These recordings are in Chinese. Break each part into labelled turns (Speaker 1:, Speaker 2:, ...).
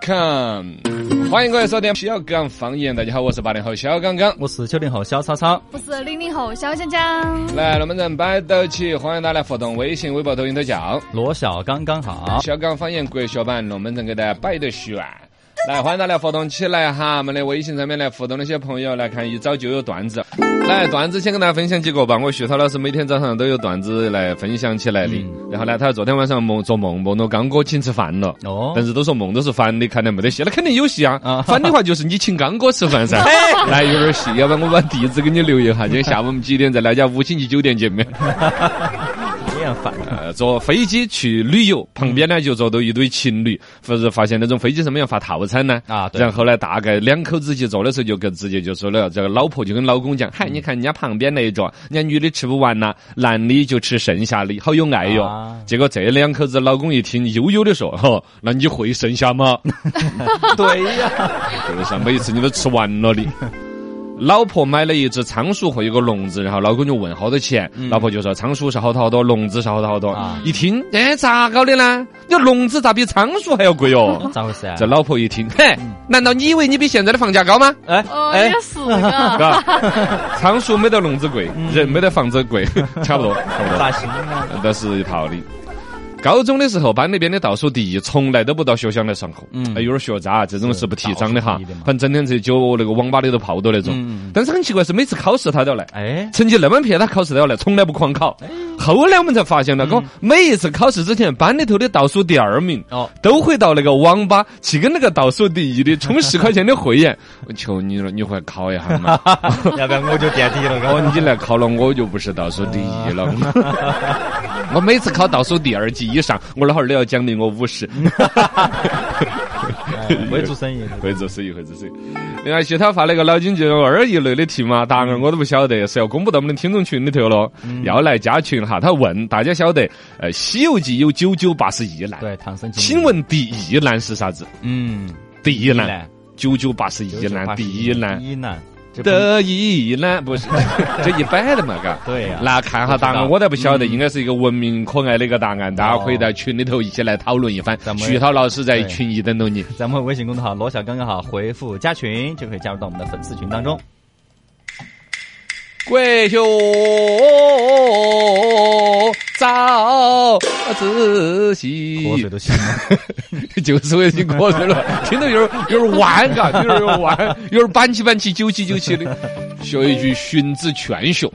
Speaker 1: Welcome，欢迎各位收听小港方言。大家好，我是八零后小刚刚。
Speaker 2: 我是九零后小超超，
Speaker 3: 我是零零后小江江，
Speaker 1: 来，龙门阵摆到起，欢迎大家来互动，微信、微博、抖音都叫
Speaker 2: 罗小刚刚好。
Speaker 1: 小港方言国学版龙门阵给大家摆得炫。来，欢迎大家来互动起来哈！我们的微信上面来互动那些朋友，来看一早就有段子。来，段子先跟大家分享几个吧。我徐涛老师每天早上都有段子来分享起来的。
Speaker 2: 嗯
Speaker 1: 然后呢，他昨天晚上梦做梦，梦到刚哥请吃饭了。
Speaker 2: 哦
Speaker 1: 但，是都说梦都是反的，看来没得戏，那肯定有戏啊
Speaker 2: 啊！
Speaker 1: 反的话就是你请刚哥吃饭噻，来有点戏，要不然我把地址给你留一下，今天下午我们几点在哪家五星级酒店见面？
Speaker 2: 这样反
Speaker 1: 呃，坐飞机去旅游，旁边呢就坐到一堆情侣，或者发现那种飞机上面要发套餐呢
Speaker 2: 啊对
Speaker 1: 然后呢，大概两口子一起坐的时候就跟直接就说了，这个老婆就跟老公讲，嗨，
Speaker 2: 嗯
Speaker 1: 你看人家旁边那一桌，人家女的吃不完呐，男的就吃剩下的，好有爱哟。
Speaker 2: 啊
Speaker 1: 结果这两口子老公一听，悠悠的说，哈，那你会剩下吗？
Speaker 2: 对呀，
Speaker 1: 就是像每一次你都吃完了的。老婆买了一只仓鼠和一个笼子，然后老公就问好多钱，老婆就说仓鼠是好多好多，笼子是好多好多。
Speaker 2: 嗯啊
Speaker 1: 一听，哎，咋搞的呢？你笼子咋比仓鼠还要贵哦？
Speaker 2: 咋回事啊
Speaker 1: 这？老婆一听，嘿，
Speaker 2: 嗯
Speaker 1: 难道你以为你比现在的房价高 吗？
Speaker 2: 哎
Speaker 3: 哦，
Speaker 2: 哎
Speaker 3: 也，是 个，
Speaker 1: 嘎，仓鼠没得笼子贵，
Speaker 2: 嗯
Speaker 1: 人没得房子 贵，差不多，差不多。
Speaker 2: 咋行啊？
Speaker 1: 那是一套的。高中的时候，班那边的倒数第一，从来都不到学校来上课，
Speaker 2: 嗯
Speaker 1: 哎，有点学渣，这种是不提倡的哈
Speaker 2: 倒数第一的嘛。
Speaker 1: 反正整天在酒那个网吧里头泡到那种
Speaker 2: 嗯嗯。
Speaker 1: 但是很奇怪，是每次考试他都要来，
Speaker 2: 哎，
Speaker 1: 成绩那么撇，他考试都要来，从来不旷考。后来我们才发现了，哥，每一次考试之前，班里头的倒数第二名
Speaker 2: 哦，
Speaker 1: 都会到那个网吧去跟那个倒数第一的充十块钱的会员。我求你了，你回来考一下嘛。
Speaker 2: 哎要不然我就垫底了，
Speaker 1: 哦，
Speaker 2: 我
Speaker 1: 你来考了，我就不是倒数第一了。我每次考倒数第二及以上，我老汉儿都要奖励我五十。
Speaker 2: 哎不会做生意。
Speaker 1: 会做生意，会做生意。另外，其他发了个脑筋急转弯儿一类的题嘛，答案我都不晓得，是要公布到我们的听众群里头了。
Speaker 2: 嗯
Speaker 1: 要来加群哈，他问大家晓得，呃，《西游记》有九九八十一难，
Speaker 2: 对，唐僧。
Speaker 1: 请，问第一难是啥子？
Speaker 2: 嗯，
Speaker 1: 第一
Speaker 2: 一
Speaker 1: 难
Speaker 2: 难，
Speaker 1: 九九八十一难，
Speaker 2: 998
Speaker 1: 第一难。
Speaker 2: 第一难，这不
Speaker 1: 得意呢？不是， 这一般的嘛，嘎。
Speaker 2: 对啊呀
Speaker 1: 那看下答
Speaker 2: 不知
Speaker 1: 案，
Speaker 2: 道嗯
Speaker 1: 我倒不晓得，应该是一个文明可爱的一个答案，大家
Speaker 2: 哦
Speaker 1: 可以在群里头一起来讨论一番
Speaker 2: 咱。们
Speaker 1: 徐涛老师在
Speaker 2: 对
Speaker 1: 群里等到你。
Speaker 2: 咱们微信公众号“罗小刚刚好”，回复加群就可以加入到我们的粉丝群 当中。
Speaker 1: 国学早自
Speaker 2: 口水
Speaker 1: 习，
Speaker 2: 都醒了，
Speaker 1: 就是我已经瞌睡了， 听到有点有点弯，嘎，有点有点弯，有点板起板起、九起九起的。学一句《荀子·劝学》。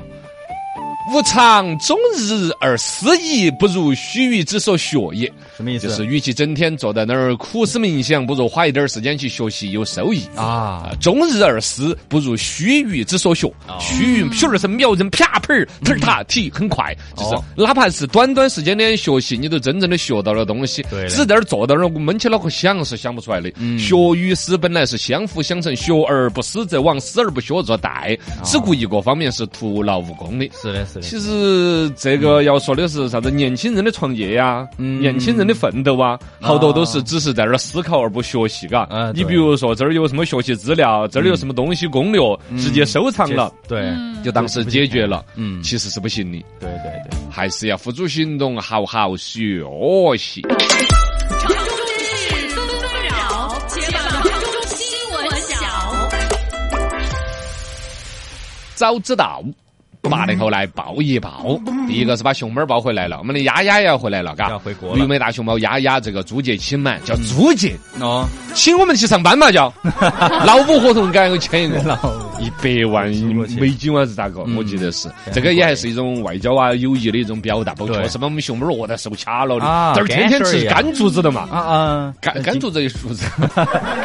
Speaker 1: 吾尝终日而思矣，不如须臾之所学也。
Speaker 2: 什么意思？
Speaker 1: 就是与其整天坐在那儿苦思冥想，不如花一点儿时间去学习有收益。
Speaker 2: 啊，
Speaker 1: 终日而思，不如须臾之所学。
Speaker 2: 哦
Speaker 1: 须臾，咻儿声，秒针，啪砰儿，特儿塔踢，很快。就是
Speaker 2: 嗯哦
Speaker 1: 哪怕是短短时间的学习，你都真正的学到了东西。
Speaker 2: 对的嗯
Speaker 1: 只在那儿坐到那儿闷起脑壳想是想不出来的。学与思本来是相辅相成，学而不思则罔，思而不学则
Speaker 2: 哦
Speaker 1: 殆。只顾一个方面是徒劳无功的。
Speaker 2: 是的，是的，
Speaker 1: 其实这个要说的是啥子？年轻人的创业呀、
Speaker 2: 嗯
Speaker 1: 年轻人的奋斗啊，好多都是只是在那儿思考而不学习，嘎
Speaker 2: 啊。
Speaker 1: 你
Speaker 2: 对
Speaker 1: 比如说这儿有什么学习资料，这儿有什么东西攻略，直接收藏了，
Speaker 2: 嗯对，
Speaker 1: 就当是解决了。
Speaker 2: 嗯，
Speaker 1: 其实是不行的，
Speaker 2: 对对对。
Speaker 1: 还是要付诸行动，好好学习。
Speaker 4: 城中事，纷纷扰，且把城中新闻晓。
Speaker 1: 早知道。八零后来抱一抱，第一个是把熊猫抱回来了，我们的丫丫也要回来了，嘎，
Speaker 2: 嗯要回国了
Speaker 1: 绿美大熊猫丫丫这个租界期满叫租界，
Speaker 2: 哦，
Speaker 1: 请我们去上班嘛， 叫劳务合同该我签一个。一百万美金还是咋
Speaker 2: 嗯
Speaker 1: 个？我记得是这个，也还是一种外交啊、友谊的一种表达，包括
Speaker 2: 对
Speaker 1: 什么我们熊猫饿得受卡了的，
Speaker 2: 啊
Speaker 1: 这儿天天
Speaker 2: 干事儿
Speaker 1: 吃
Speaker 2: 也
Speaker 1: 干竹子的嘛，
Speaker 2: 啊啊，
Speaker 1: 干干 竹子一竹子，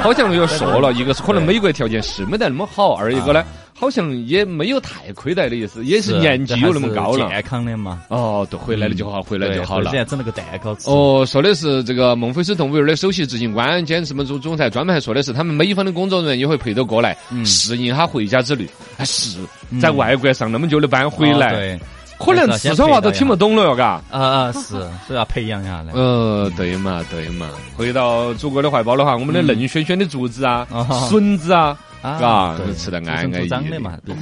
Speaker 1: 好像有说了，一个是可能美国条件是没得那么好，二一个呢，好像也没有太亏待的意思，也是
Speaker 2: 啊是
Speaker 1: 年纪有那么高
Speaker 2: 这
Speaker 1: 了
Speaker 2: 还。是健康的嘛，
Speaker 1: 哦，对，回来了就好，回来就好
Speaker 2: 对
Speaker 1: 了
Speaker 2: 回。来整了个蛋糕吃。
Speaker 1: 哦，说的是这个孟菲斯动物园的首席执行官兼什么总总裁，专门还说的是他们美方的工作人员也会陪着过来，
Speaker 2: 嗯
Speaker 1: 适应他回家之旅。还哎是
Speaker 2: 嗯
Speaker 1: 在外国上那么久的班回
Speaker 2: 哦
Speaker 1: 来，
Speaker 2: 对，
Speaker 1: 可能四川娃都听不懂了哟，嘎。
Speaker 2: 啊啊是，所以要培养一下来。
Speaker 1: 呃，对嘛，对嘛。回到祖国的怀抱的话，我们的嫩轩轩的竹子啊
Speaker 2: 哦、
Speaker 1: 笋子啊，
Speaker 2: 啊
Speaker 1: 嘎
Speaker 2: 对，
Speaker 1: 吃得
Speaker 2: 土
Speaker 1: 安
Speaker 2: 生
Speaker 1: 安
Speaker 2: 土
Speaker 1: 逸
Speaker 2: 长
Speaker 1: 逸
Speaker 2: 的
Speaker 1: 的
Speaker 2: 嘛，对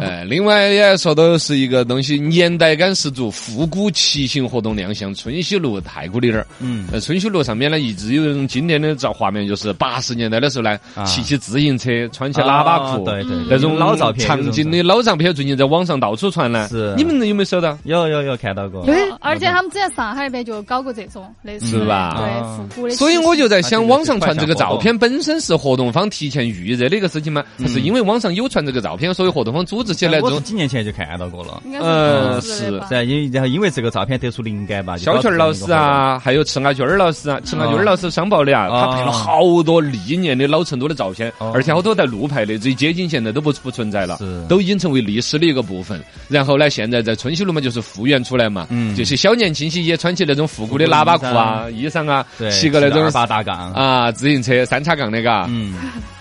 Speaker 1: 呃，另外也说到是一个东西，年代感十足，复古骑行活动亮相春熙路太古里那儿。
Speaker 2: 嗯，
Speaker 1: 呃，春熙路上面呢，一直有一种经典的照画面，就是八十年代的时候呢，
Speaker 2: 啊
Speaker 1: 骑起自行车，穿起喇叭裤，
Speaker 2: 啊对对，对
Speaker 1: 那种
Speaker 2: 老照片，
Speaker 1: 场景的老照片，最近在网上到处传呢。
Speaker 2: 是
Speaker 1: 你们有没有收到？
Speaker 2: 有有有看到过。
Speaker 3: 而且他们之前上海那边就搞过这种类似的，
Speaker 1: 哦是吧
Speaker 3: 对，
Speaker 2: 啊
Speaker 3: 复古的。
Speaker 1: 所以我就在想，
Speaker 2: 啊这个
Speaker 1: 网上传这个照片本身是活动方提前预热的一个事情吗？还是因为网上有传这个照片，所以活动方组织起来这
Speaker 2: 嗯哎我是
Speaker 1: 种？
Speaker 2: 几年前就看到过了。
Speaker 3: 应该
Speaker 1: 呃
Speaker 3: 是复古之类的吧
Speaker 2: 是啊，因为然后因为这个照片得出灵感吧，就
Speaker 1: 小
Speaker 2: 搞
Speaker 1: 曲儿
Speaker 2: 这么
Speaker 1: 老
Speaker 2: 一个
Speaker 1: 师啊，还有赤阿娟儿老师啊，赤阿娟儿老师商报的啊，
Speaker 2: 哦
Speaker 1: 他拍了好多历年的老成都的照片
Speaker 2: 哦，
Speaker 1: 而且好多在路拍的，这街景现在都不不存在了
Speaker 2: 是，
Speaker 1: 都已经成为历史的一个部分。然后呢，现在在春熙路嘛，就是复原出来嘛，
Speaker 2: 嗯
Speaker 1: 这些小年轻些也穿起那种复古的喇叭裤啊、衣裳啊
Speaker 2: 活动，对，
Speaker 1: 骑个那种
Speaker 2: 二八大杠，
Speaker 1: 啊自行车三叉杠的嘎，
Speaker 2: 嗯，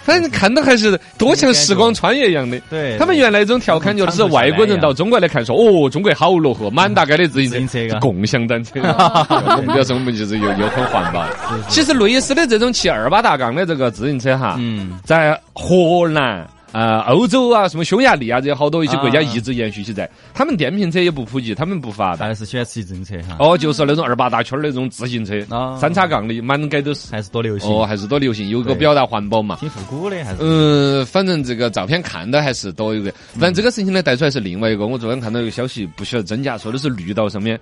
Speaker 1: 反正看到还是多像时光穿越一样的。
Speaker 2: 对，
Speaker 1: 他们原来这种调侃就是外国人到中国来看，说哦，中国好落后，满大街的自
Speaker 2: 自
Speaker 1: 行
Speaker 2: 行
Speaker 1: 车
Speaker 2: 车、啊嘎
Speaker 1: 共享单车。 啊 我们表示我们就是又又很环保。其实类似的这种骑二八大杠的这个自行车哈，
Speaker 2: 嗯，
Speaker 1: 在河南。呃，欧洲啊，什么匈牙利啊，这些好多一些国家
Speaker 2: 啊
Speaker 1: 一直延续起在，他们电瓶车也不普及，他们不发达
Speaker 2: 还。是喜欢骑自行车哈，
Speaker 1: 哦，就是那种二八大圈儿那种自行车，
Speaker 2: 啊
Speaker 1: 三叉杠的，满街都是。
Speaker 2: 还是多流行，
Speaker 1: 哦，还是多流行，有个
Speaker 2: 对
Speaker 1: 表达环保嘛。
Speaker 2: 挺复古的，还是
Speaker 1: 嗯，反正这个照片看到还是多一点。反正这个事情呢，带出来是另外一个。我昨天看到一个消息，不晓得真假，说的是绿道上面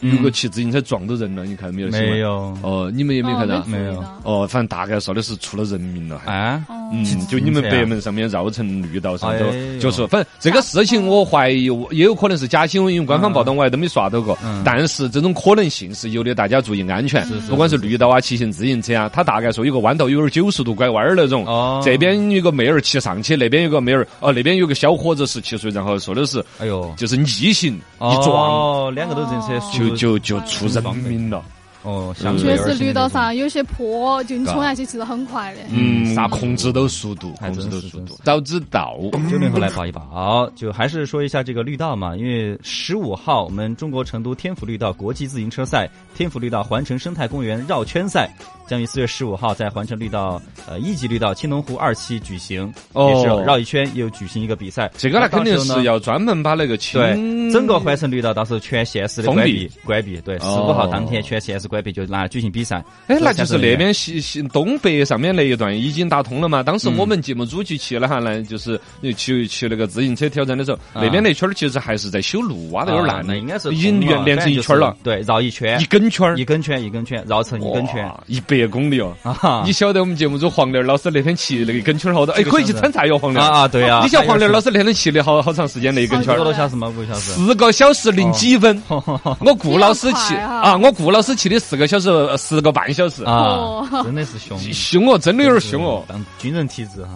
Speaker 1: 有个骑自行车撞到人了，你看到没有？
Speaker 2: 嗯没。有
Speaker 1: 哦，你们也没看到
Speaker 3: 哦？
Speaker 2: 没有
Speaker 3: 注意到
Speaker 1: 哦，反正大概说的是出了人命了，还。
Speaker 2: 啊，
Speaker 3: 哦
Speaker 1: 嗯，就你们北门上面绕城绿道上头
Speaker 2: 哎，呦
Speaker 1: 就说，反正这个事情我怀疑，我也有可能是假新闻，因为官方报道我还都没刷到过
Speaker 2: 嗯。
Speaker 1: 但是这种可能性是有的，大家注意安全。不管是绿道啊、骑行自行车啊，它大概说有个弯道有点九十度拐弯儿那种
Speaker 2: 哦，
Speaker 1: 这边有个妹儿骑上去，那边有个妹儿，哦，那边有个小伙子十七岁，然后说的是
Speaker 2: 哎呦，
Speaker 1: 就是逆行一撞，
Speaker 2: 哦，两个都自行车速
Speaker 1: 就
Speaker 2: 度
Speaker 1: 就嗯就出人命了。
Speaker 2: 哦，相对
Speaker 3: 确
Speaker 2: 而
Speaker 3: 实
Speaker 2: 言
Speaker 3: 绿道上有些坡，就你冲下去其实很快的。
Speaker 1: 嗯，
Speaker 2: 刹不住
Speaker 1: 控制到速度，
Speaker 2: 还
Speaker 1: 控制
Speaker 2: 真
Speaker 1: 到速
Speaker 2: 是哎真
Speaker 1: 度
Speaker 2: 是，嗯
Speaker 1: 早知道。
Speaker 2: 九零后来报一报，就还是说一下这个绿道嘛，因为十五号我们中国成都天府绿道国际自行车赛、天府绿道环城生态公园绕圈赛将于四月十五号在环城绿道呃一级绿道青龙湖二期举行，
Speaker 1: 哦
Speaker 2: 也是绕一圈又举行一个比赛。
Speaker 1: 这个呢，
Speaker 2: 那到
Speaker 1: 肯定
Speaker 2: 时候呢
Speaker 1: 是要专门把那个清
Speaker 2: 对整个环城绿道到时候全限时的
Speaker 1: 封
Speaker 2: 关
Speaker 1: 闭
Speaker 2: 闭关闭，对十
Speaker 1: 哦
Speaker 2: 五号当天全限时关闭就拿来举行比赛。
Speaker 1: 哎，那
Speaker 2: 所
Speaker 1: 就
Speaker 2: 以
Speaker 1: 是
Speaker 2: 才
Speaker 1: 那边西西东北上面那一段已经打通了
Speaker 2: 嗯
Speaker 1: 嘛。当时我们节目组去骑了哈呢，就是骑骑那个自行车挑战的时候，
Speaker 2: 啊
Speaker 1: 那边那圈儿其实还是在修路，挖的有点
Speaker 2: 啊
Speaker 1: 烂，
Speaker 2: 那应该是啊
Speaker 1: 已经
Speaker 2: 通
Speaker 1: 连连成一圈儿了，，
Speaker 2: 对，绕一圈
Speaker 1: 一根圈儿
Speaker 2: 哎一，根圈一根圈绕成一根圈
Speaker 1: 哇，一百公里哦。
Speaker 2: 啊哦
Speaker 1: 你晓得我们节目组黄莲老师那天骑那个一根圈儿好多，哎，
Speaker 2: 这个
Speaker 1: 可以去
Speaker 2: 是
Speaker 1: 参赛哟，黄莲。
Speaker 2: 啊啊，对啊，
Speaker 1: 你像黄
Speaker 2: 刘
Speaker 1: 莲老师那天骑的好好长时间那一根圈
Speaker 2: 多
Speaker 1: 儿，
Speaker 2: 多小时吗？五个小时。
Speaker 1: 四个小时零几分。 我顾老师骑
Speaker 3: 你好快啊
Speaker 1: 啊，我顾老师骑的四个小时，呃四个半小时。
Speaker 2: 啊
Speaker 3: 哦，
Speaker 2: 真的是凶，
Speaker 1: 凶哦，真的有点凶哦。
Speaker 2: 当军人体质哈，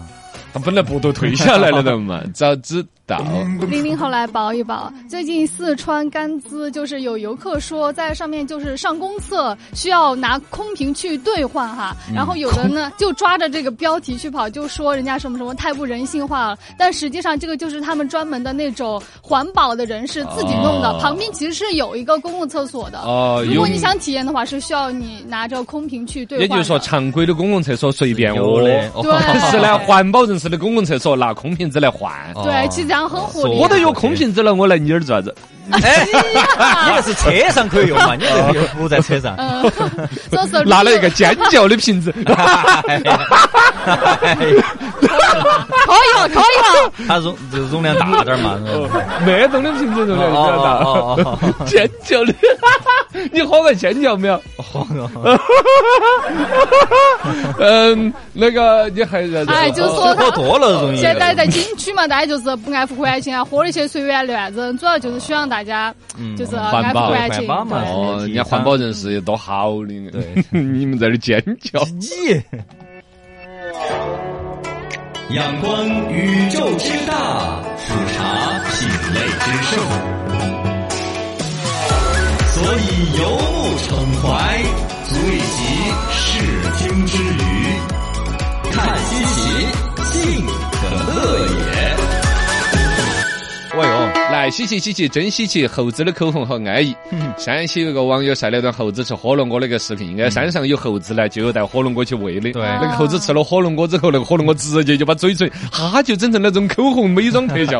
Speaker 1: 他本来不都退下来了的嘛， 早知道。
Speaker 3: 零零后来报一报，最近四川甘孜就是有游客说在上面就是上公厕需要拿空瓶去兑换哈，
Speaker 1: 嗯
Speaker 3: 然后有的呢就抓着这个标题去跑，就说人家什么什么太不人性化了，但实际上这个就是他们专门的那种环保的人士自己弄的，
Speaker 1: 哦
Speaker 3: 旁边其实是有一个公共厕所的。
Speaker 1: 哦，
Speaker 3: 如果你想体验的话，是需要你拿着空瓶去兑
Speaker 1: 也
Speaker 3: 换的。
Speaker 1: 就是说，常规的公共厕所随便
Speaker 2: 有
Speaker 1: 哦，
Speaker 2: 嘞，
Speaker 3: 对
Speaker 1: 但是呢，
Speaker 3: 对
Speaker 1: 环保人士的公共厕所拿空瓶子来换。
Speaker 3: 对，其实这样很火
Speaker 2: 哦
Speaker 3: 的。
Speaker 1: 我都有空瓶子了，我来你这儿做啥子？
Speaker 2: 哦 你那是车上可以用嘛？你这个又不在 车上，
Speaker 3: 嗯， 所以说
Speaker 1: 拿了一个尖叫的瓶 子，
Speaker 2: 哎
Speaker 3: 可以了，可以了。
Speaker 2: 它容就容量大点儿嘛。
Speaker 1: 那种的瓶子容量比较大。
Speaker 2: 哦哦哦
Speaker 1: 尖叫的， 你喝过尖叫没有？
Speaker 2: 哦，
Speaker 1: 嗯，那个你还啥子？
Speaker 3: 哎，就是
Speaker 1: 哦
Speaker 2: 喝
Speaker 3: 说他。
Speaker 2: 多了容易。
Speaker 3: 现
Speaker 1: 呃
Speaker 3: 在在景区嘛，大家就是不爱护环境啊，喝那些水源乱扔，主要就是希望大家就是
Speaker 1: 嗯环
Speaker 3: 爱护
Speaker 1: 保
Speaker 3: 环
Speaker 2: 环
Speaker 3: 境。
Speaker 2: 保嘛
Speaker 3: 对
Speaker 1: 哦，人家环保人士也多好的，
Speaker 2: 对
Speaker 1: 你们在这儿尖叫。
Speaker 2: 你
Speaker 5: 仰观宇宙之大，俯察品类之盛。所以游目骋怀，足以极视听之娱，看稀奇，尽可乐也。
Speaker 2: 哎呦，
Speaker 1: 来，稀奇稀奇，真稀奇！猴子的口红好安逸。山西有个网友晒了一段猴子吃火龙果那个视频，应该山上有猴子呢，就有带火龙果去喂的。
Speaker 2: 对
Speaker 1: 那个猴子吃了火龙果之后，那个火龙果直接就把嘴唇哈就整成那种口红美妆特效，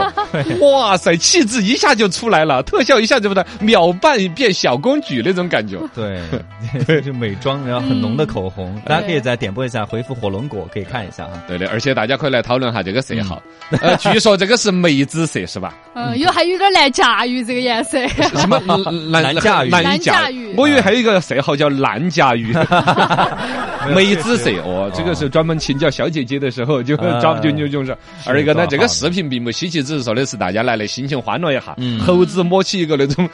Speaker 1: 哇塞，气质一下就出来了，特效一下就把它秒扮变小公举那种感觉。
Speaker 2: 对，就是美妆，然后很浓的口红，大家可以再点播一下，回复火龙果可以看一下啊。
Speaker 1: 对的，而且大家可以来讨论下这个色号。呃，据说这个是梅子色是吧？
Speaker 3: 嗯，有还有点难驾驭这个 颜色。
Speaker 1: 什么蓝
Speaker 2: 蓝甲鱼
Speaker 1: 蓝
Speaker 3: 蓝
Speaker 1: 甲
Speaker 3: 甲鱼
Speaker 1: 我以为还有一个色号叫蓝甲 鱼，梅子色哦，这个是专门请教小姐姐的时候就
Speaker 2: 啊
Speaker 1: 找就就就是。而一个
Speaker 2: 多
Speaker 1: 呢，
Speaker 2: 好
Speaker 1: 这个视频并不稀奇，只是说的是大家来了心情欢乐一下
Speaker 2: 嗯。
Speaker 1: 猴子摸起一个那种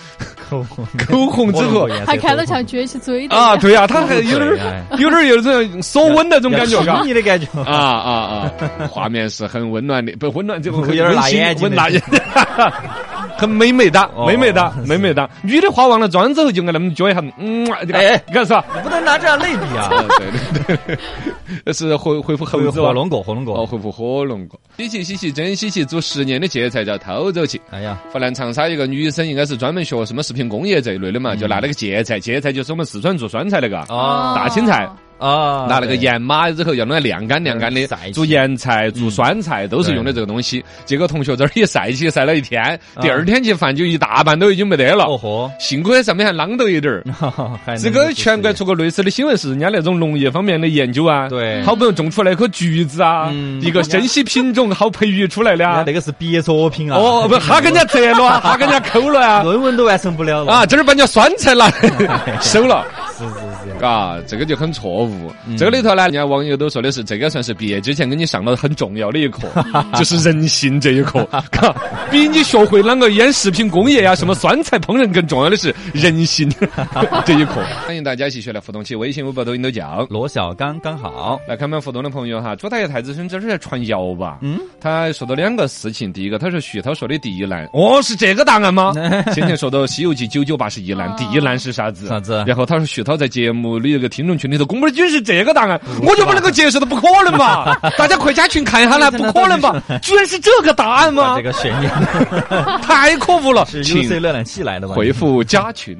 Speaker 2: 口红，
Speaker 1: 口红之后
Speaker 3: 还看到像撅起嘴的
Speaker 1: 啊，对呀，他还有点
Speaker 2: 对哎
Speaker 1: 儿有点儿有这种索温那种感觉，嘎
Speaker 2: 你的感觉。
Speaker 1: 啊啊啊！画面是很温暖的，不温暖就
Speaker 2: 有
Speaker 1: 很
Speaker 2: 点辣眼
Speaker 1: 温馨
Speaker 2: 睛
Speaker 1: 温
Speaker 2: 那
Speaker 1: 辣眼，很美美的，
Speaker 2: 哦
Speaker 1: 美美的，美美的。女的化完了妆之后就挨他们撅一下，嗯，哎，你看是吧？
Speaker 2: 不能拿这样类比啊！
Speaker 1: 哦对对对，是回回复猴子吧
Speaker 2: 火龙果，火龙
Speaker 1: 哦，
Speaker 2: 果，
Speaker 1: 回复火龙果。稀奇稀奇，真稀奇！煮十年的芥菜叫偷走起。
Speaker 2: 哎呀，
Speaker 1: 湖南长沙有个女生，应该是专门学什么食品工业这一类的嘛，就拿那个芥菜，芥菜就是我们四川做酸菜那个
Speaker 2: 啊
Speaker 1: 大青菜。
Speaker 2: 啊，嗯
Speaker 1: 拿那个盐码之后要弄晾干晾干的
Speaker 2: 晒，起嗯
Speaker 1: 做盐菜、做酸菜都是用的这个东西。结果同学这儿一晒起，晒了一天，第二天去饭就一大半都已经没得
Speaker 2: 啊哦嗯
Speaker 1: 了。
Speaker 2: 豁，
Speaker 1: 幸亏上面还啷兜一点儿。
Speaker 2: 还能
Speaker 1: 这个全
Speaker 2: 嗯
Speaker 1: 国出过类似的新闻是人家那种农业方面的研究啊，
Speaker 2: 对
Speaker 1: 好不容易种出来一颗橘子啊，
Speaker 2: 嗯
Speaker 1: 一个珍稀品种好培育出来的
Speaker 2: 人家
Speaker 1: 啊
Speaker 2: 那，个是毕业作品啊！
Speaker 1: 哦，不，他给人家摘了啊，他给人家抠了 啊，
Speaker 2: 论文都完成不了了
Speaker 1: 啊，！这儿把人家酸菜拿 收了。
Speaker 2: 是是是，
Speaker 1: 啊，这个就很错误。这个里头呢，人家网友都说的是，这个算是毕业之前给你上了很重要的一课，就是人性这一课。嘎比你学会啷个腌食品工业呀、啊什么酸菜烹饪更重要的是人性这一课。欢迎大家继续来互动起，微信、微博、抖音都叫。
Speaker 2: 罗小刚刚好，
Speaker 1: 来看我们互动的朋友哈，朱大爷太子孙这是在传谣吧？
Speaker 2: 嗯
Speaker 1: 嗯，他说到两个事情，第一个他说徐涛说的第一难，哦，是这个答案 吗？先前说到《西游记》九九八十一难，第一难是啥子？
Speaker 2: 啊啥子
Speaker 1: 然后他说徐涛在节目里有个听众群里头，宫本居然是这个 答案，我就不能够接受的，不可能吧？大家快加群看一下来，不可能 吧？居然是这个答案
Speaker 2: 把
Speaker 1: 吗
Speaker 2: 这？个悬念
Speaker 1: 太可恶了，
Speaker 2: 是哎 UC
Speaker 1: 请。
Speaker 2: 浏览器来的吧？
Speaker 1: 回复加 群，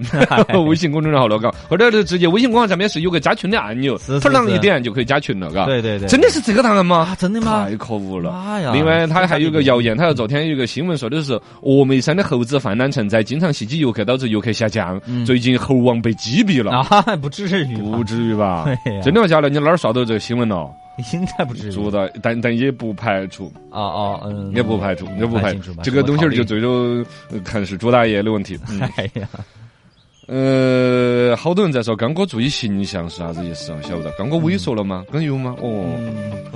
Speaker 1: 微信公众号了，嘎，或者是直接微信公众号上面是有个加群的按钮，
Speaker 2: 是是
Speaker 1: 突然
Speaker 2: 是
Speaker 1: 一点就可以加群了，嘎。
Speaker 2: 对对对，
Speaker 1: 真的是这个答案吗
Speaker 2: 啊？真的吗
Speaker 1: 太可恶
Speaker 2: 妈
Speaker 1: 了！
Speaker 2: 呀
Speaker 1: 另外，他还有个谣言，他昨天有个新闻说的是峨眉山的猴子泛滥成灾，经常袭击游客，导致游客下降。最近猴王被击毙了，
Speaker 2: 嗯啊，不至于吧，
Speaker 1: 不至于 吧
Speaker 2: 对呀？
Speaker 1: 真的吗？假的？你哪儿刷到这个新闻了？
Speaker 2: 应该不至于
Speaker 1: 做的，但但也不排除，
Speaker 2: 啊啊嗯，
Speaker 1: 也不排除，也不排
Speaker 2: 清楚
Speaker 1: 除
Speaker 2: 吧。
Speaker 1: 这个东西儿就
Speaker 2: 考
Speaker 1: 最终呃看是朱大爷的问 题。嗯
Speaker 2: 虑哎呀，
Speaker 1: 呃，好多人在说刚哥注意形象是啥子意思啊？晓不得？刚哥猥琐了吗？刚有吗？
Speaker 2: 嗯
Speaker 1: 哦。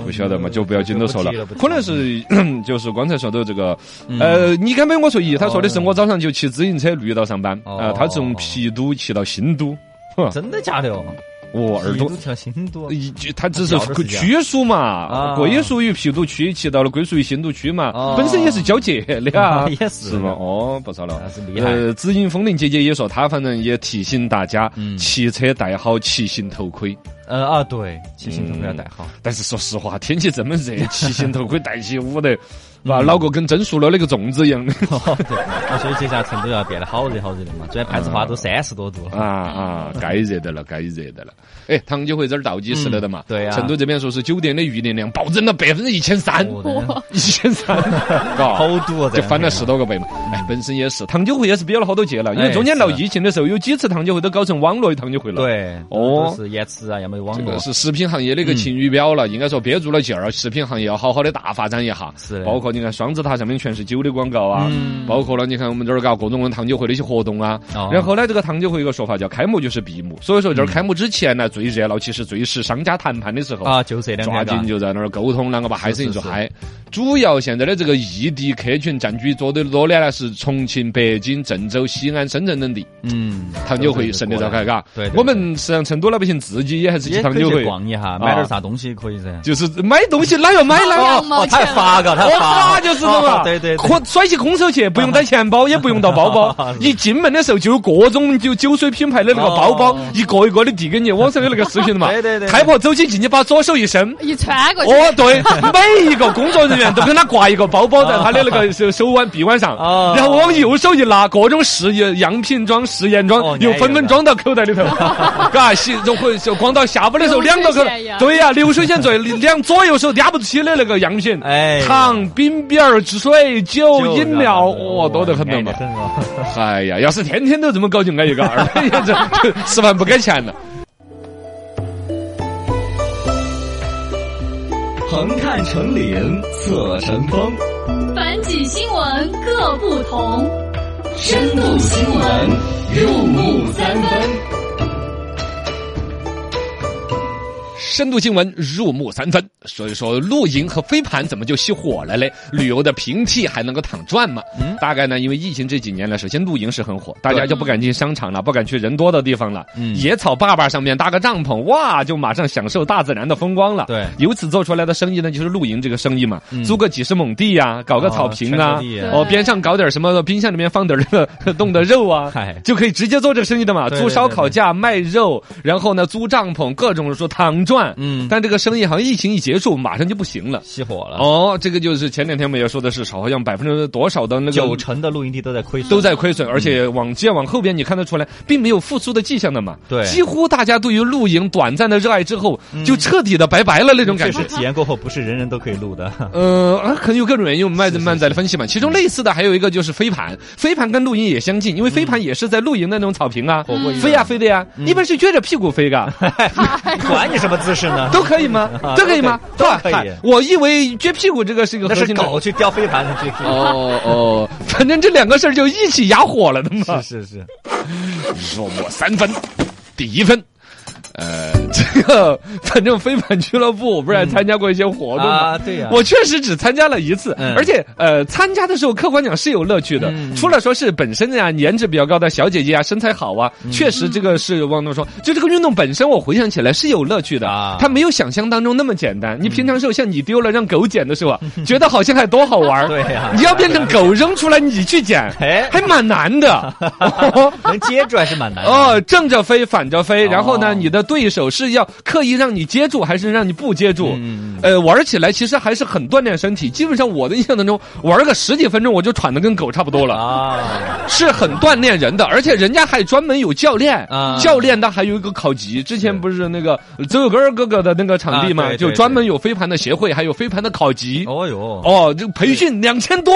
Speaker 1: 不晓得嘛，就不要紧都说了
Speaker 2: 不提不，提
Speaker 1: 可能是 就是刚才说到这个，
Speaker 2: 嗯
Speaker 1: 呃，你敢没我说一，他说的是我早上就骑自行车绿道上班，
Speaker 2: 哦
Speaker 1: 啊，他从郫都骑到新都，哼，
Speaker 2: 真的假的哦？
Speaker 1: 哦，耳朵
Speaker 2: 都。跳新都
Speaker 1: 一他只是
Speaker 2: 他表示是这样
Speaker 1: 区属
Speaker 2: 啊
Speaker 1: 嘛，归属于郫都区，骑到了归属于新都区
Speaker 2: 哦，
Speaker 1: 嘛，本身也是交界的啊
Speaker 2: 也 是
Speaker 1: 是吗？哦，不错了
Speaker 2: 还，是厉害
Speaker 1: 呃，紫金风铃姐姐也说，她反正也提醒大家
Speaker 2: 嗯，
Speaker 1: 骑车戴好骑行头盔。
Speaker 2: 呃啊，对，骑行头盔要戴好。
Speaker 1: 但是说实话，天气这么热，骑行头盔戴起捂 得，
Speaker 2: 嗯
Speaker 1: 哇，脑壳跟蒸熟了那个粽子一样的。
Speaker 2: 哦， 对，那所以接下来成都要变得好热好热的嘛。昨天攀枝花都三十多度了，
Speaker 1: 啊啊，该热的了，该热的了。哎，糖酒会这儿倒计时了的嘛？
Speaker 2: 嗯对啊
Speaker 1: 成都这边说是酒店的预订量暴增了百分之一千三，
Speaker 2: 哦
Speaker 1: 一千 三，
Speaker 2: 好
Speaker 1: 嘎。
Speaker 2: 堵啊！
Speaker 1: 就翻了十多个倍嘛，哎，本身也是，糖酒会也是飙了好多届了，因为
Speaker 2: 哎
Speaker 1: 中间闹
Speaker 2: 是的
Speaker 1: 疫情的时候，有几次糖酒会都搞成网络糖酒会了。，
Speaker 2: 对，
Speaker 1: 哦
Speaker 2: 都是延迟啊，要么有网
Speaker 1: 这
Speaker 2: 络
Speaker 1: 个。
Speaker 2: 嗯
Speaker 1: 啊是食品行业的一个晴雨表了，应该说憋足了劲儿，食品行业要好好的大发展一下。
Speaker 2: 是
Speaker 1: 包括括你看双子塔上面全是酒的广告啊，
Speaker 2: 嗯
Speaker 1: 包括了你看我们这儿搞各种各样糖酒会的一些活动啊。
Speaker 2: 哦嗯
Speaker 1: 然后呢，这个糖酒会有一个说法叫开幕就是闭幕，所以说这儿开幕之前呢最热闹，其实最是商家谈判的时候
Speaker 2: 啊，就这两
Speaker 1: 抓
Speaker 2: 天
Speaker 1: 紧
Speaker 2: 嘎
Speaker 1: 就在那儿沟通啷个把嗨生意做
Speaker 2: 是是
Speaker 1: 嗨。主要现在的这个异地客群占据多的多的呢是重庆、北京、郑州、西安、深圳等地，
Speaker 2: 嗯，
Speaker 1: 糖酒会胜利召开，嘎。
Speaker 2: 对对对
Speaker 1: 我们实际上成都老百姓自己也还是去
Speaker 2: 也
Speaker 1: 糖
Speaker 2: 可
Speaker 1: 酒
Speaker 2: 以去
Speaker 1: 会，
Speaker 2: 逛一下，
Speaker 1: 啊
Speaker 2: 买点啥东西可以噻。
Speaker 1: 就是买东西哪要买哪
Speaker 3: 哦
Speaker 1: 要。
Speaker 3: 两毛钱
Speaker 2: 太发嘎，太
Speaker 1: 我
Speaker 2: 发
Speaker 1: 发
Speaker 2: 了，
Speaker 1: 就是这
Speaker 2: 哦
Speaker 1: 嘛，
Speaker 2: 对对，对。
Speaker 1: 可甩起空手去，不用带钱包，也不用到包包
Speaker 2: 哦
Speaker 1: 一进门的时候就有各种酒酒水品牌的那个包包
Speaker 2: 哦，
Speaker 1: 一个一个的递给你。网上有那个视频的嘛，
Speaker 2: 对对对对
Speaker 1: 太婆走起进去，把左手一伸，
Speaker 3: 一穿过去，
Speaker 1: 哦， 对，每一个工作人员都跟他挂一个包包在他的那
Speaker 2: 啊
Speaker 1: 个手手腕、臂腕上
Speaker 2: 哦，
Speaker 1: 然后往右手一拿，各种试验样品装、试验
Speaker 2: 哦
Speaker 1: 装
Speaker 2: 你
Speaker 1: 又
Speaker 2: 还有
Speaker 1: 纷纷
Speaker 2: 呢
Speaker 1: 装到口袋里 头，嘎，洗就会就光到下午的时候，
Speaker 3: 流水
Speaker 1: 两个口
Speaker 3: 线一，样
Speaker 1: 对呀，流水线最两左右手压不起的那个样品，
Speaker 2: 哎
Speaker 1: 糖、冰饼儿、水、酒、
Speaker 2: 就哦
Speaker 1: 饮料，
Speaker 2: 嘎
Speaker 1: 哇，多得很啊
Speaker 2: 安
Speaker 1: 了
Speaker 2: 得
Speaker 1: 嘛。
Speaker 2: 很哦。
Speaker 1: 哎呀，要是天天都这么搞，就挨一个二 百呀，这这吃饭不给钱了。
Speaker 5: 横看成岭侧成峰，
Speaker 4: 反几新闻各不同，
Speaker 5: 深度新闻入木三分。
Speaker 1: 深度新闻入木三分，所以说露营和飞盘怎么就熄火了嘞？旅游的平替还能够躺赚吗？
Speaker 2: 嗯
Speaker 1: 大概呢，因为疫情这几年来，首先露营是很火，大家就不敢进商场了，不敢去人多的地方了。
Speaker 2: 嗯
Speaker 1: 野草坝坝上面搭个帐篷，哇，就马上享受大自然的风光了。
Speaker 2: 对
Speaker 1: 由此做出来的生意呢，就是露营这个生意嘛，
Speaker 2: 嗯
Speaker 1: 租个几十亩地呀、搞个
Speaker 2: 哦
Speaker 1: 草坪啊
Speaker 2: 圈地，
Speaker 3: 啊
Speaker 1: 哦，边上搞点什么，冰箱里面放点这个 冻的肉啊
Speaker 2: 嗨，
Speaker 1: 就可以直接做这个生意的嘛。
Speaker 2: 对
Speaker 1: 租
Speaker 2: 对
Speaker 1: 烧
Speaker 2: 对
Speaker 1: 烤
Speaker 2: 对
Speaker 1: 架卖肉，然后呢租帐篷，各种说躺赚。
Speaker 2: 嗯啊
Speaker 1: 但这个生意好像疫情一结束，马上就不行了。
Speaker 2: 熄火了，
Speaker 1: 哦，这个就是前两天我们也说的是，好像百分之多少的那个
Speaker 2: 九成嗯的露营地都在亏损，
Speaker 1: 都在亏损，而且往接往后边你看得出来，并没有复苏的迹象的嘛。
Speaker 2: 对
Speaker 1: 几乎大家对于露营短暂的热爱之后，就彻底的拜拜了那种感
Speaker 2: 确
Speaker 1: 觉
Speaker 2: 实。体验过后不是人人都可以录 的。
Speaker 1: 呃，啊可能有各种原因，我们慢慢再来分析嘛。其
Speaker 2: 嗯
Speaker 1: 中类似的还有一个就是飞盘，飞盘跟露营也相近，因为飞盘也是在露营的那种草坪啊，
Speaker 2: 嗯过一嗯
Speaker 1: 飞呀飞的呀，一般是撅着屁股飞的，
Speaker 2: 管你什么姿势呢？
Speaker 1: 都可以吗
Speaker 2: 啊？
Speaker 1: 都可以吗？
Speaker 2: 都可以
Speaker 1: 哇嗨我以为撅屁股这个是一个
Speaker 2: 那
Speaker 1: 核
Speaker 2: 是
Speaker 1: 心的。
Speaker 2: 狗去叼飞盘的去。
Speaker 1: 哦哦， 反正这两个事儿就一起压火了的嘛。
Speaker 2: 是是是，
Speaker 1: 入木三分，第一分。呃，这个反正飞盘俱乐部，我不是还参加过一些活动吗？
Speaker 2: 啊对呀
Speaker 1: 哦我确实只参加了一次，
Speaker 2: 嗯
Speaker 1: 而且呃，参加的时候客观讲是有乐趣的。
Speaker 2: 嗯
Speaker 1: 除了说是本身呀、颜值比较高的小姐姐啊，身材好啊，
Speaker 2: 嗯
Speaker 1: 确实这个是汪东说，就这个运动本身，我回想起来是有乐趣的
Speaker 2: 啊嗯
Speaker 1: 它没有想象当中那么简单。你平常时候像你丢了让狗捡的时候 啊，觉得好像还多好玩儿
Speaker 2: 对呀
Speaker 1: 你要变成狗扔出来你去捡，
Speaker 2: 哎
Speaker 1: 还蛮难 的。
Speaker 2: 能接住还是蛮难的。
Speaker 1: 哦，正着飞，反着飞，然后
Speaker 2: 哎哦
Speaker 1: 呢，你的对手是要刻意让你接住，还是让你不接住？
Speaker 2: 嗯
Speaker 1: 呃，玩起来其实还是很锻炼身体。基本上我的印象当中，玩个十几分钟我就喘得跟狗差不多了，
Speaker 2: 啊，
Speaker 1: 是很锻炼人的。而且人家还专门有教练，
Speaker 2: 啊
Speaker 1: 教练他还有一个考级。之前
Speaker 2: 是
Speaker 1: 不是那个周有根哥哥的那个场地嘛，
Speaker 2: 啊对对
Speaker 1: 就专门有飞盘的协会，还有飞盘的考级。
Speaker 2: 哦哟，
Speaker 1: 哦，这培训两千多，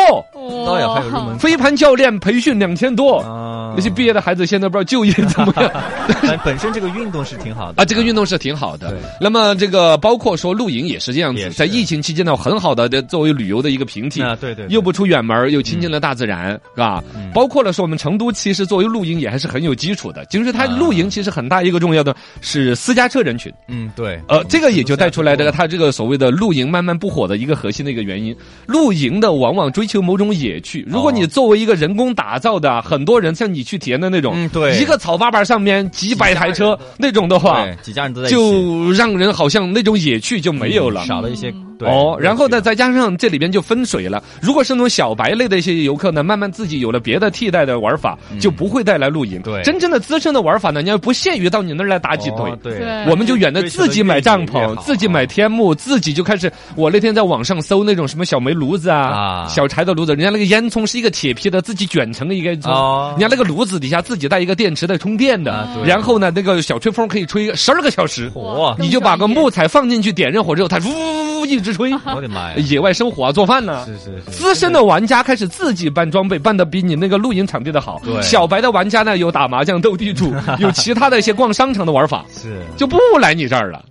Speaker 2: 倒也还有入门
Speaker 1: 飞盘教练培训两千多。
Speaker 2: 啊
Speaker 1: 哦那些毕业的孩子现在不知道就业怎么样，
Speaker 2: 但本身这个运动是挺好的
Speaker 1: 啊，这个运动是挺好的
Speaker 2: 对。
Speaker 1: 那么这个包括说露营也是这样
Speaker 2: 也
Speaker 1: 子，
Speaker 2: 是
Speaker 1: 在疫情期间呢，很好的呃作为旅游的一个平替。
Speaker 2: 啊，对对，对嗯
Speaker 1: 又不出远门儿，又亲近了大自然，是吧？包括了说我们成都其实作为露营也还是很有基础的，就是它
Speaker 2: 啊
Speaker 1: 露营其实很大一个重要的是私家车人群，
Speaker 2: 嗯对，嗯
Speaker 1: 呃，这个也就带出来这个它这个所谓的露营慢慢不火的一个核心的一个原因。露营的往往追求某种野趣，
Speaker 2: 哦
Speaker 1: 如果你作为一个人工打造的，很多人像你去体验的那种，
Speaker 2: 嗯对
Speaker 1: 一个草坝坝上面几百台车那种的话，
Speaker 2: 对，几家人都在一起嗯
Speaker 1: 就让人好像那种野趣就没有了。
Speaker 2: 少了一些对
Speaker 1: 哦，然后呢，再加上这里边就分水了。如果是那种小白类的一些游客呢，慢慢自己有了别的替代的玩法，就不会带来露营。
Speaker 2: 对
Speaker 1: 真正的资深的玩法呢，你要不屑于到你那儿来打几
Speaker 2: 哦
Speaker 1: 腿。
Speaker 2: 对
Speaker 3: 对
Speaker 1: 我们就远的
Speaker 2: 追求
Speaker 1: 自己买帐
Speaker 2: 越野越
Speaker 1: 篷
Speaker 2: 好，
Speaker 1: 自己买天幕，自己就开始。我那天在网上搜那种什么小煤炉子啊
Speaker 2: 啊，
Speaker 1: 小柴的炉子，人家那个烟囱是一个铁皮的，自己卷成了一个烟囱
Speaker 2: 哦，
Speaker 1: 人家那个炉子底下自己带一个电池在充电的
Speaker 2: 啊对，
Speaker 1: 然后呢，那个小吹风可以吹十二个小时。
Speaker 2: 火，啊
Speaker 1: 你就把个木材放进去，点燃火之后，它呜呜呜一直吹。
Speaker 2: 我的哎妈呀，
Speaker 1: 野外生活啊，做饭呢、
Speaker 2: 是是是，
Speaker 1: 资深的玩家开始自己搬装备，搬的比你那个露营场地的好
Speaker 2: 对。
Speaker 1: 小白的玩家呢，有打麻将、斗地主， 有其他的一些逛商场的玩法，
Speaker 2: 是
Speaker 1: 就不来你这儿了。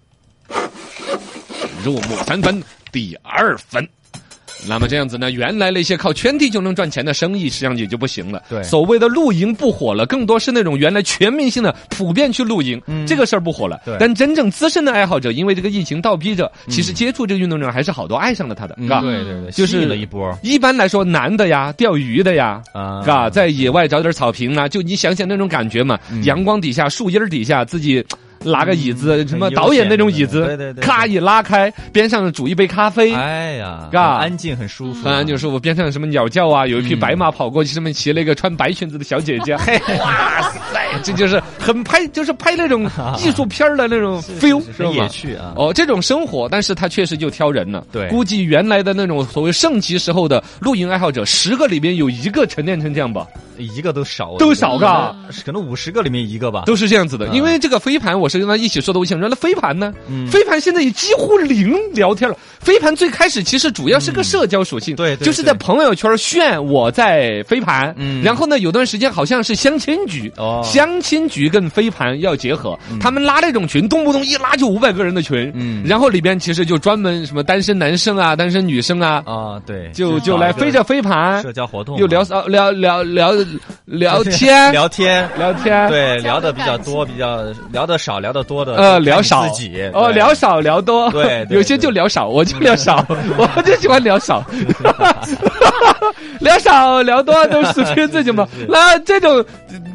Speaker 1: 入木三分，第二分。那么这样子呢，原来那些靠圈地就能赚钱的生意，实际上也就不行了。
Speaker 2: 对
Speaker 1: 所谓的露营不火了，更多是那种原来全民性的普遍去露营，这个事儿不火了
Speaker 2: 嗯对。
Speaker 1: 但真正资深的爱好者，因为这个疫情倒逼着，其实接触这个运动量还是好多爱上了它的，
Speaker 2: 嗯
Speaker 1: 嘎。
Speaker 2: 对对对，
Speaker 1: 就是
Speaker 2: 吸引了一波
Speaker 1: 一般来说，男的呀，钓鱼的呀，
Speaker 2: 啊
Speaker 1: 嘎，在野外找点草坪啊，就你想想那种感觉嘛，阳光底下、树荫儿底下，自己拿个椅子，
Speaker 2: 嗯
Speaker 1: 什么
Speaker 2: 很悠
Speaker 1: 导演那种椅
Speaker 2: 闲的
Speaker 1: 子
Speaker 2: 对对，对
Speaker 1: 咔一拉开，边上煮一杯咖啡，
Speaker 2: 哎呀，很
Speaker 1: 嘎
Speaker 2: 安静很舒服，啊
Speaker 1: 当然就是我边上有什么鸟叫啊，有一
Speaker 2: 嗯
Speaker 1: 匹白马跑过去，上面骑了一个穿白裙子的小姐 姐，哇塞，这就是很拍，就是拍那种艺术片儿的那种 feel，
Speaker 2: 是
Speaker 1: 吧
Speaker 2: 很野趣啊。
Speaker 1: 哦，这种生活，但是它确实就挑人了。
Speaker 2: 对
Speaker 1: 估计原来的那种所谓盛极时候的露营爱好者，十个里边有一个沉淀成这样吧，
Speaker 2: 一个都少，
Speaker 1: 都少嘎。
Speaker 2: 嗯，可能五十个里面一个吧。
Speaker 1: 都是这样子的，
Speaker 2: 嗯
Speaker 1: 因为这个飞盘，我是跟他一起说的。我想说，那飞盘呢？
Speaker 2: 嗯
Speaker 1: 飞盘现在也几乎零聊天了。飞盘最开始其实主要是个社交属性，
Speaker 2: 嗯对对
Speaker 1: 就是在朋友圈炫我在飞盘。
Speaker 2: 嗯
Speaker 1: 然后呢，有段时间好像是相亲局，
Speaker 2: 哦
Speaker 1: 相亲局跟飞盘要结合，他们拉那种群，动不动一拉就五百个人的群，
Speaker 2: 嗯
Speaker 1: 然后里边其实就专门什么单身男生啊、单身女生啊，
Speaker 2: 啊，对，
Speaker 1: 就
Speaker 2: 找
Speaker 1: 就
Speaker 2: 一
Speaker 1: 来
Speaker 2: 个
Speaker 1: 飞着飞盘
Speaker 2: 社，交活动嘛，
Speaker 1: 又聊骚聊聊聊聊天，
Speaker 2: 聊天，
Speaker 1: 聊天，。
Speaker 2: 对，聊
Speaker 3: 交流
Speaker 2: 的比较
Speaker 3: 感
Speaker 2: 多，比较聊的少，聊的多的，
Speaker 1: 呃，
Speaker 2: 看
Speaker 1: 聊
Speaker 2: 你
Speaker 1: 少
Speaker 2: 自己
Speaker 1: 哦，
Speaker 2: 对
Speaker 1: 聊少聊多，
Speaker 2: 对对
Speaker 1: 有些
Speaker 2: 对
Speaker 1: 就聊少，我就聊 少，我就喜欢聊少， 聊少聊多都是圈自己 嘛。那这种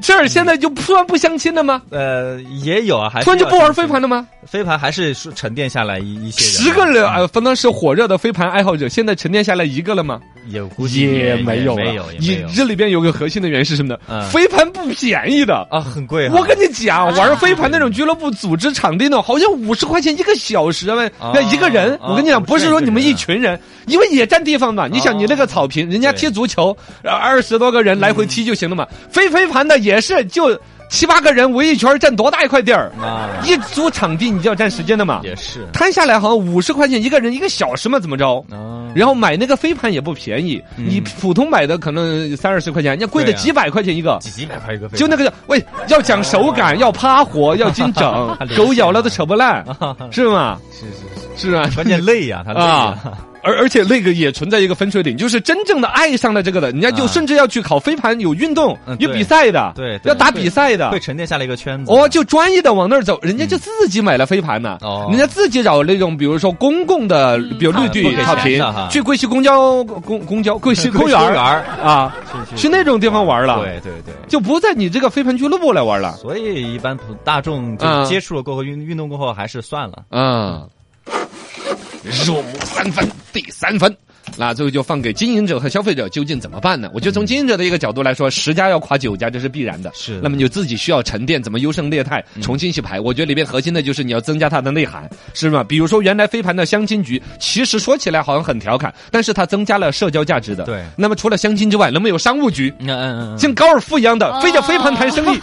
Speaker 1: 事儿现在就突然不相亲了吗？
Speaker 2: 呃也有啊，还是
Speaker 1: 突然就
Speaker 2: 要
Speaker 1: 不玩
Speaker 2: 相
Speaker 1: 飞
Speaker 2: 信
Speaker 1: 盘，了吗？
Speaker 2: 飞盘还是说沉淀下来一一些
Speaker 1: 十个
Speaker 2: 人
Speaker 1: 人呃，反正是火热的飞盘爱好者，现在沉淀下来一个了吗？
Speaker 2: 也估计也
Speaker 1: 没有了，
Speaker 2: 没有，也
Speaker 1: 你
Speaker 2: 没有
Speaker 1: 这里边有个核心的原因是什么呢
Speaker 2: 嗯？
Speaker 1: 飞盘不便宜的。
Speaker 2: 啊，很贵哈，
Speaker 1: 我跟你讲，玩飞盘那种俱乐部组织场地那种，好像五十块钱一个小时嘛，
Speaker 2: 啊
Speaker 1: 那一个人。
Speaker 2: 啊
Speaker 1: 我跟你讲，
Speaker 2: 我
Speaker 1: 不是说你们一群人，因为也占地方嘛。你想，
Speaker 2: 哦
Speaker 1: 你那个草坪，人家踢足球，二十多个人来回
Speaker 2: 嗯
Speaker 1: 踢就行了嘛。飞飞盘的也是就七八个人围一圈，占多大一块地儿？
Speaker 2: 啊
Speaker 1: 一租场地你就要占时间的嘛。
Speaker 2: 也是
Speaker 1: 摊下来好像五十块钱一个人一个小时嘛，怎么着？
Speaker 2: 啊，
Speaker 1: 然后买那个飞盘也不便宜，你普通买的可能三二十块钱，人家贵的
Speaker 2: 嗯对啊
Speaker 1: 几百块钱一个。
Speaker 2: 几几百块一个飞盘，，
Speaker 1: 就那个喂，要讲手感，要趴活，要精整 狗咬了都扯不烂，是吗？
Speaker 2: 是是是，
Speaker 1: 是啊，
Speaker 2: 关键累呀，他累呀，
Speaker 1: 啊。而而且那个也存在一个分水岭，就是真正的爱上了这个的，人家就
Speaker 2: 啊
Speaker 1: 甚至要去考飞盘，有运动
Speaker 2: 嗯，
Speaker 1: 有
Speaker 2: 对
Speaker 1: 比赛的，
Speaker 2: 对对
Speaker 1: 要打比赛的
Speaker 2: 会。沉淀下来一个圈子。
Speaker 1: 哦，就专业的往那儿走，人家就自己买了飞盘呢、
Speaker 2: 哦嗯啊
Speaker 1: 人家自己找那种，比如说公共的，比如绿
Speaker 2: 不
Speaker 1: 地
Speaker 2: 给钱
Speaker 1: 草坪
Speaker 2: 的哈，
Speaker 1: 去贵溪公交公公 交贵溪公园
Speaker 2: 园
Speaker 1: 儿
Speaker 2: 儿
Speaker 1: 啊，去那种地方玩了，
Speaker 2: 对对对。
Speaker 1: 就不在你这个飞盘俱乐部来玩了。
Speaker 2: 所以一般普大众
Speaker 1: 嗯
Speaker 2: 就接触了过后运运动过后还是算了，
Speaker 1: 啊，入木三分，第三分。那最后就放给经营者和消费者究竟怎么办呢？我觉得从经营者的一个角度来说，十家要垮九家这是必然的。
Speaker 2: 是
Speaker 1: 那么你就自己需要沉淀，怎么优胜劣汰，重新洗牌。我觉得里面核心的就是你要增加它的内涵，是吗？比如说原来飞盘的相亲局，其实说起来好像很调侃，但是它增加了社交价值的。
Speaker 2: 对
Speaker 1: 那么除了相亲之外，能不能有商务局？
Speaker 2: 嗯嗯嗯，
Speaker 1: 像高尔夫一样的，飞着飞盘谈生意，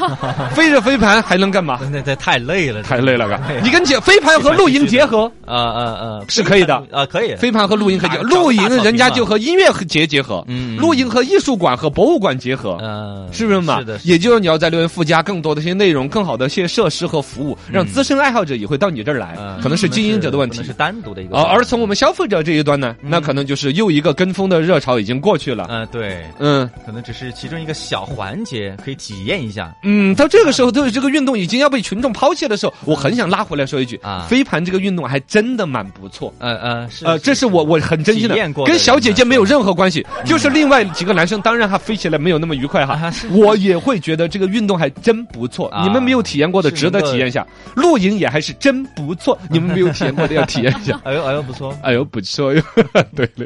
Speaker 1: 飞着飞盘还能干嘛？
Speaker 2: 那那太累了，
Speaker 1: 太累了，嘎！你跟结飞盘和露营结合。
Speaker 2: 啊啊啊，
Speaker 1: 是可以的
Speaker 2: 啊，可以，
Speaker 1: 飞盘和露营可以结合，
Speaker 2: 大找
Speaker 1: 露营
Speaker 2: 大草坪
Speaker 1: 人家
Speaker 2: 嘛
Speaker 1: 就和音乐节结合，
Speaker 2: 嗯
Speaker 1: 露营和艺术馆和博物馆结合。
Speaker 2: 嗯，
Speaker 1: 是不是嘛？
Speaker 2: 是的，是的
Speaker 1: 也就是你要在留言附加更多的一些内容，更好的一些设施和服务，让资深爱好者也会到你这儿来
Speaker 2: 嗯，
Speaker 1: 可能是经营者的问
Speaker 2: 可
Speaker 1: 题
Speaker 2: 能是。单独的一个
Speaker 1: 啊，而从我们消费者这一端呢，那可能就是又一个跟风的热潮已经过去了。
Speaker 2: 嗯，对，
Speaker 1: 嗯
Speaker 2: 可能只是其中一个小环节，可以体验一下。
Speaker 1: 嗯，到这个时候，对这个运动已经要被群众抛弃的时候，我很想拉回来说一句
Speaker 2: 啊
Speaker 1: 飞盘这个运动还真的蛮不错。
Speaker 2: 呃呃，是
Speaker 1: 呃，这是我我很真心的
Speaker 2: 体验，过的嗯
Speaker 1: 跟小姐姐没有任何关系，就是另外几个男生，当然他飞起来没有那么愉快哈
Speaker 2: 啊是，
Speaker 1: 我也会觉得这个运动还真不错，
Speaker 2: 啊
Speaker 1: 你们没有体验过的值得体验一下，露营也还是
Speaker 2: ，
Speaker 1: 真不错，你们没有体验过的要体验一下
Speaker 2: 哎呦哎呦不错。
Speaker 1: 哎呦不错哟，对了。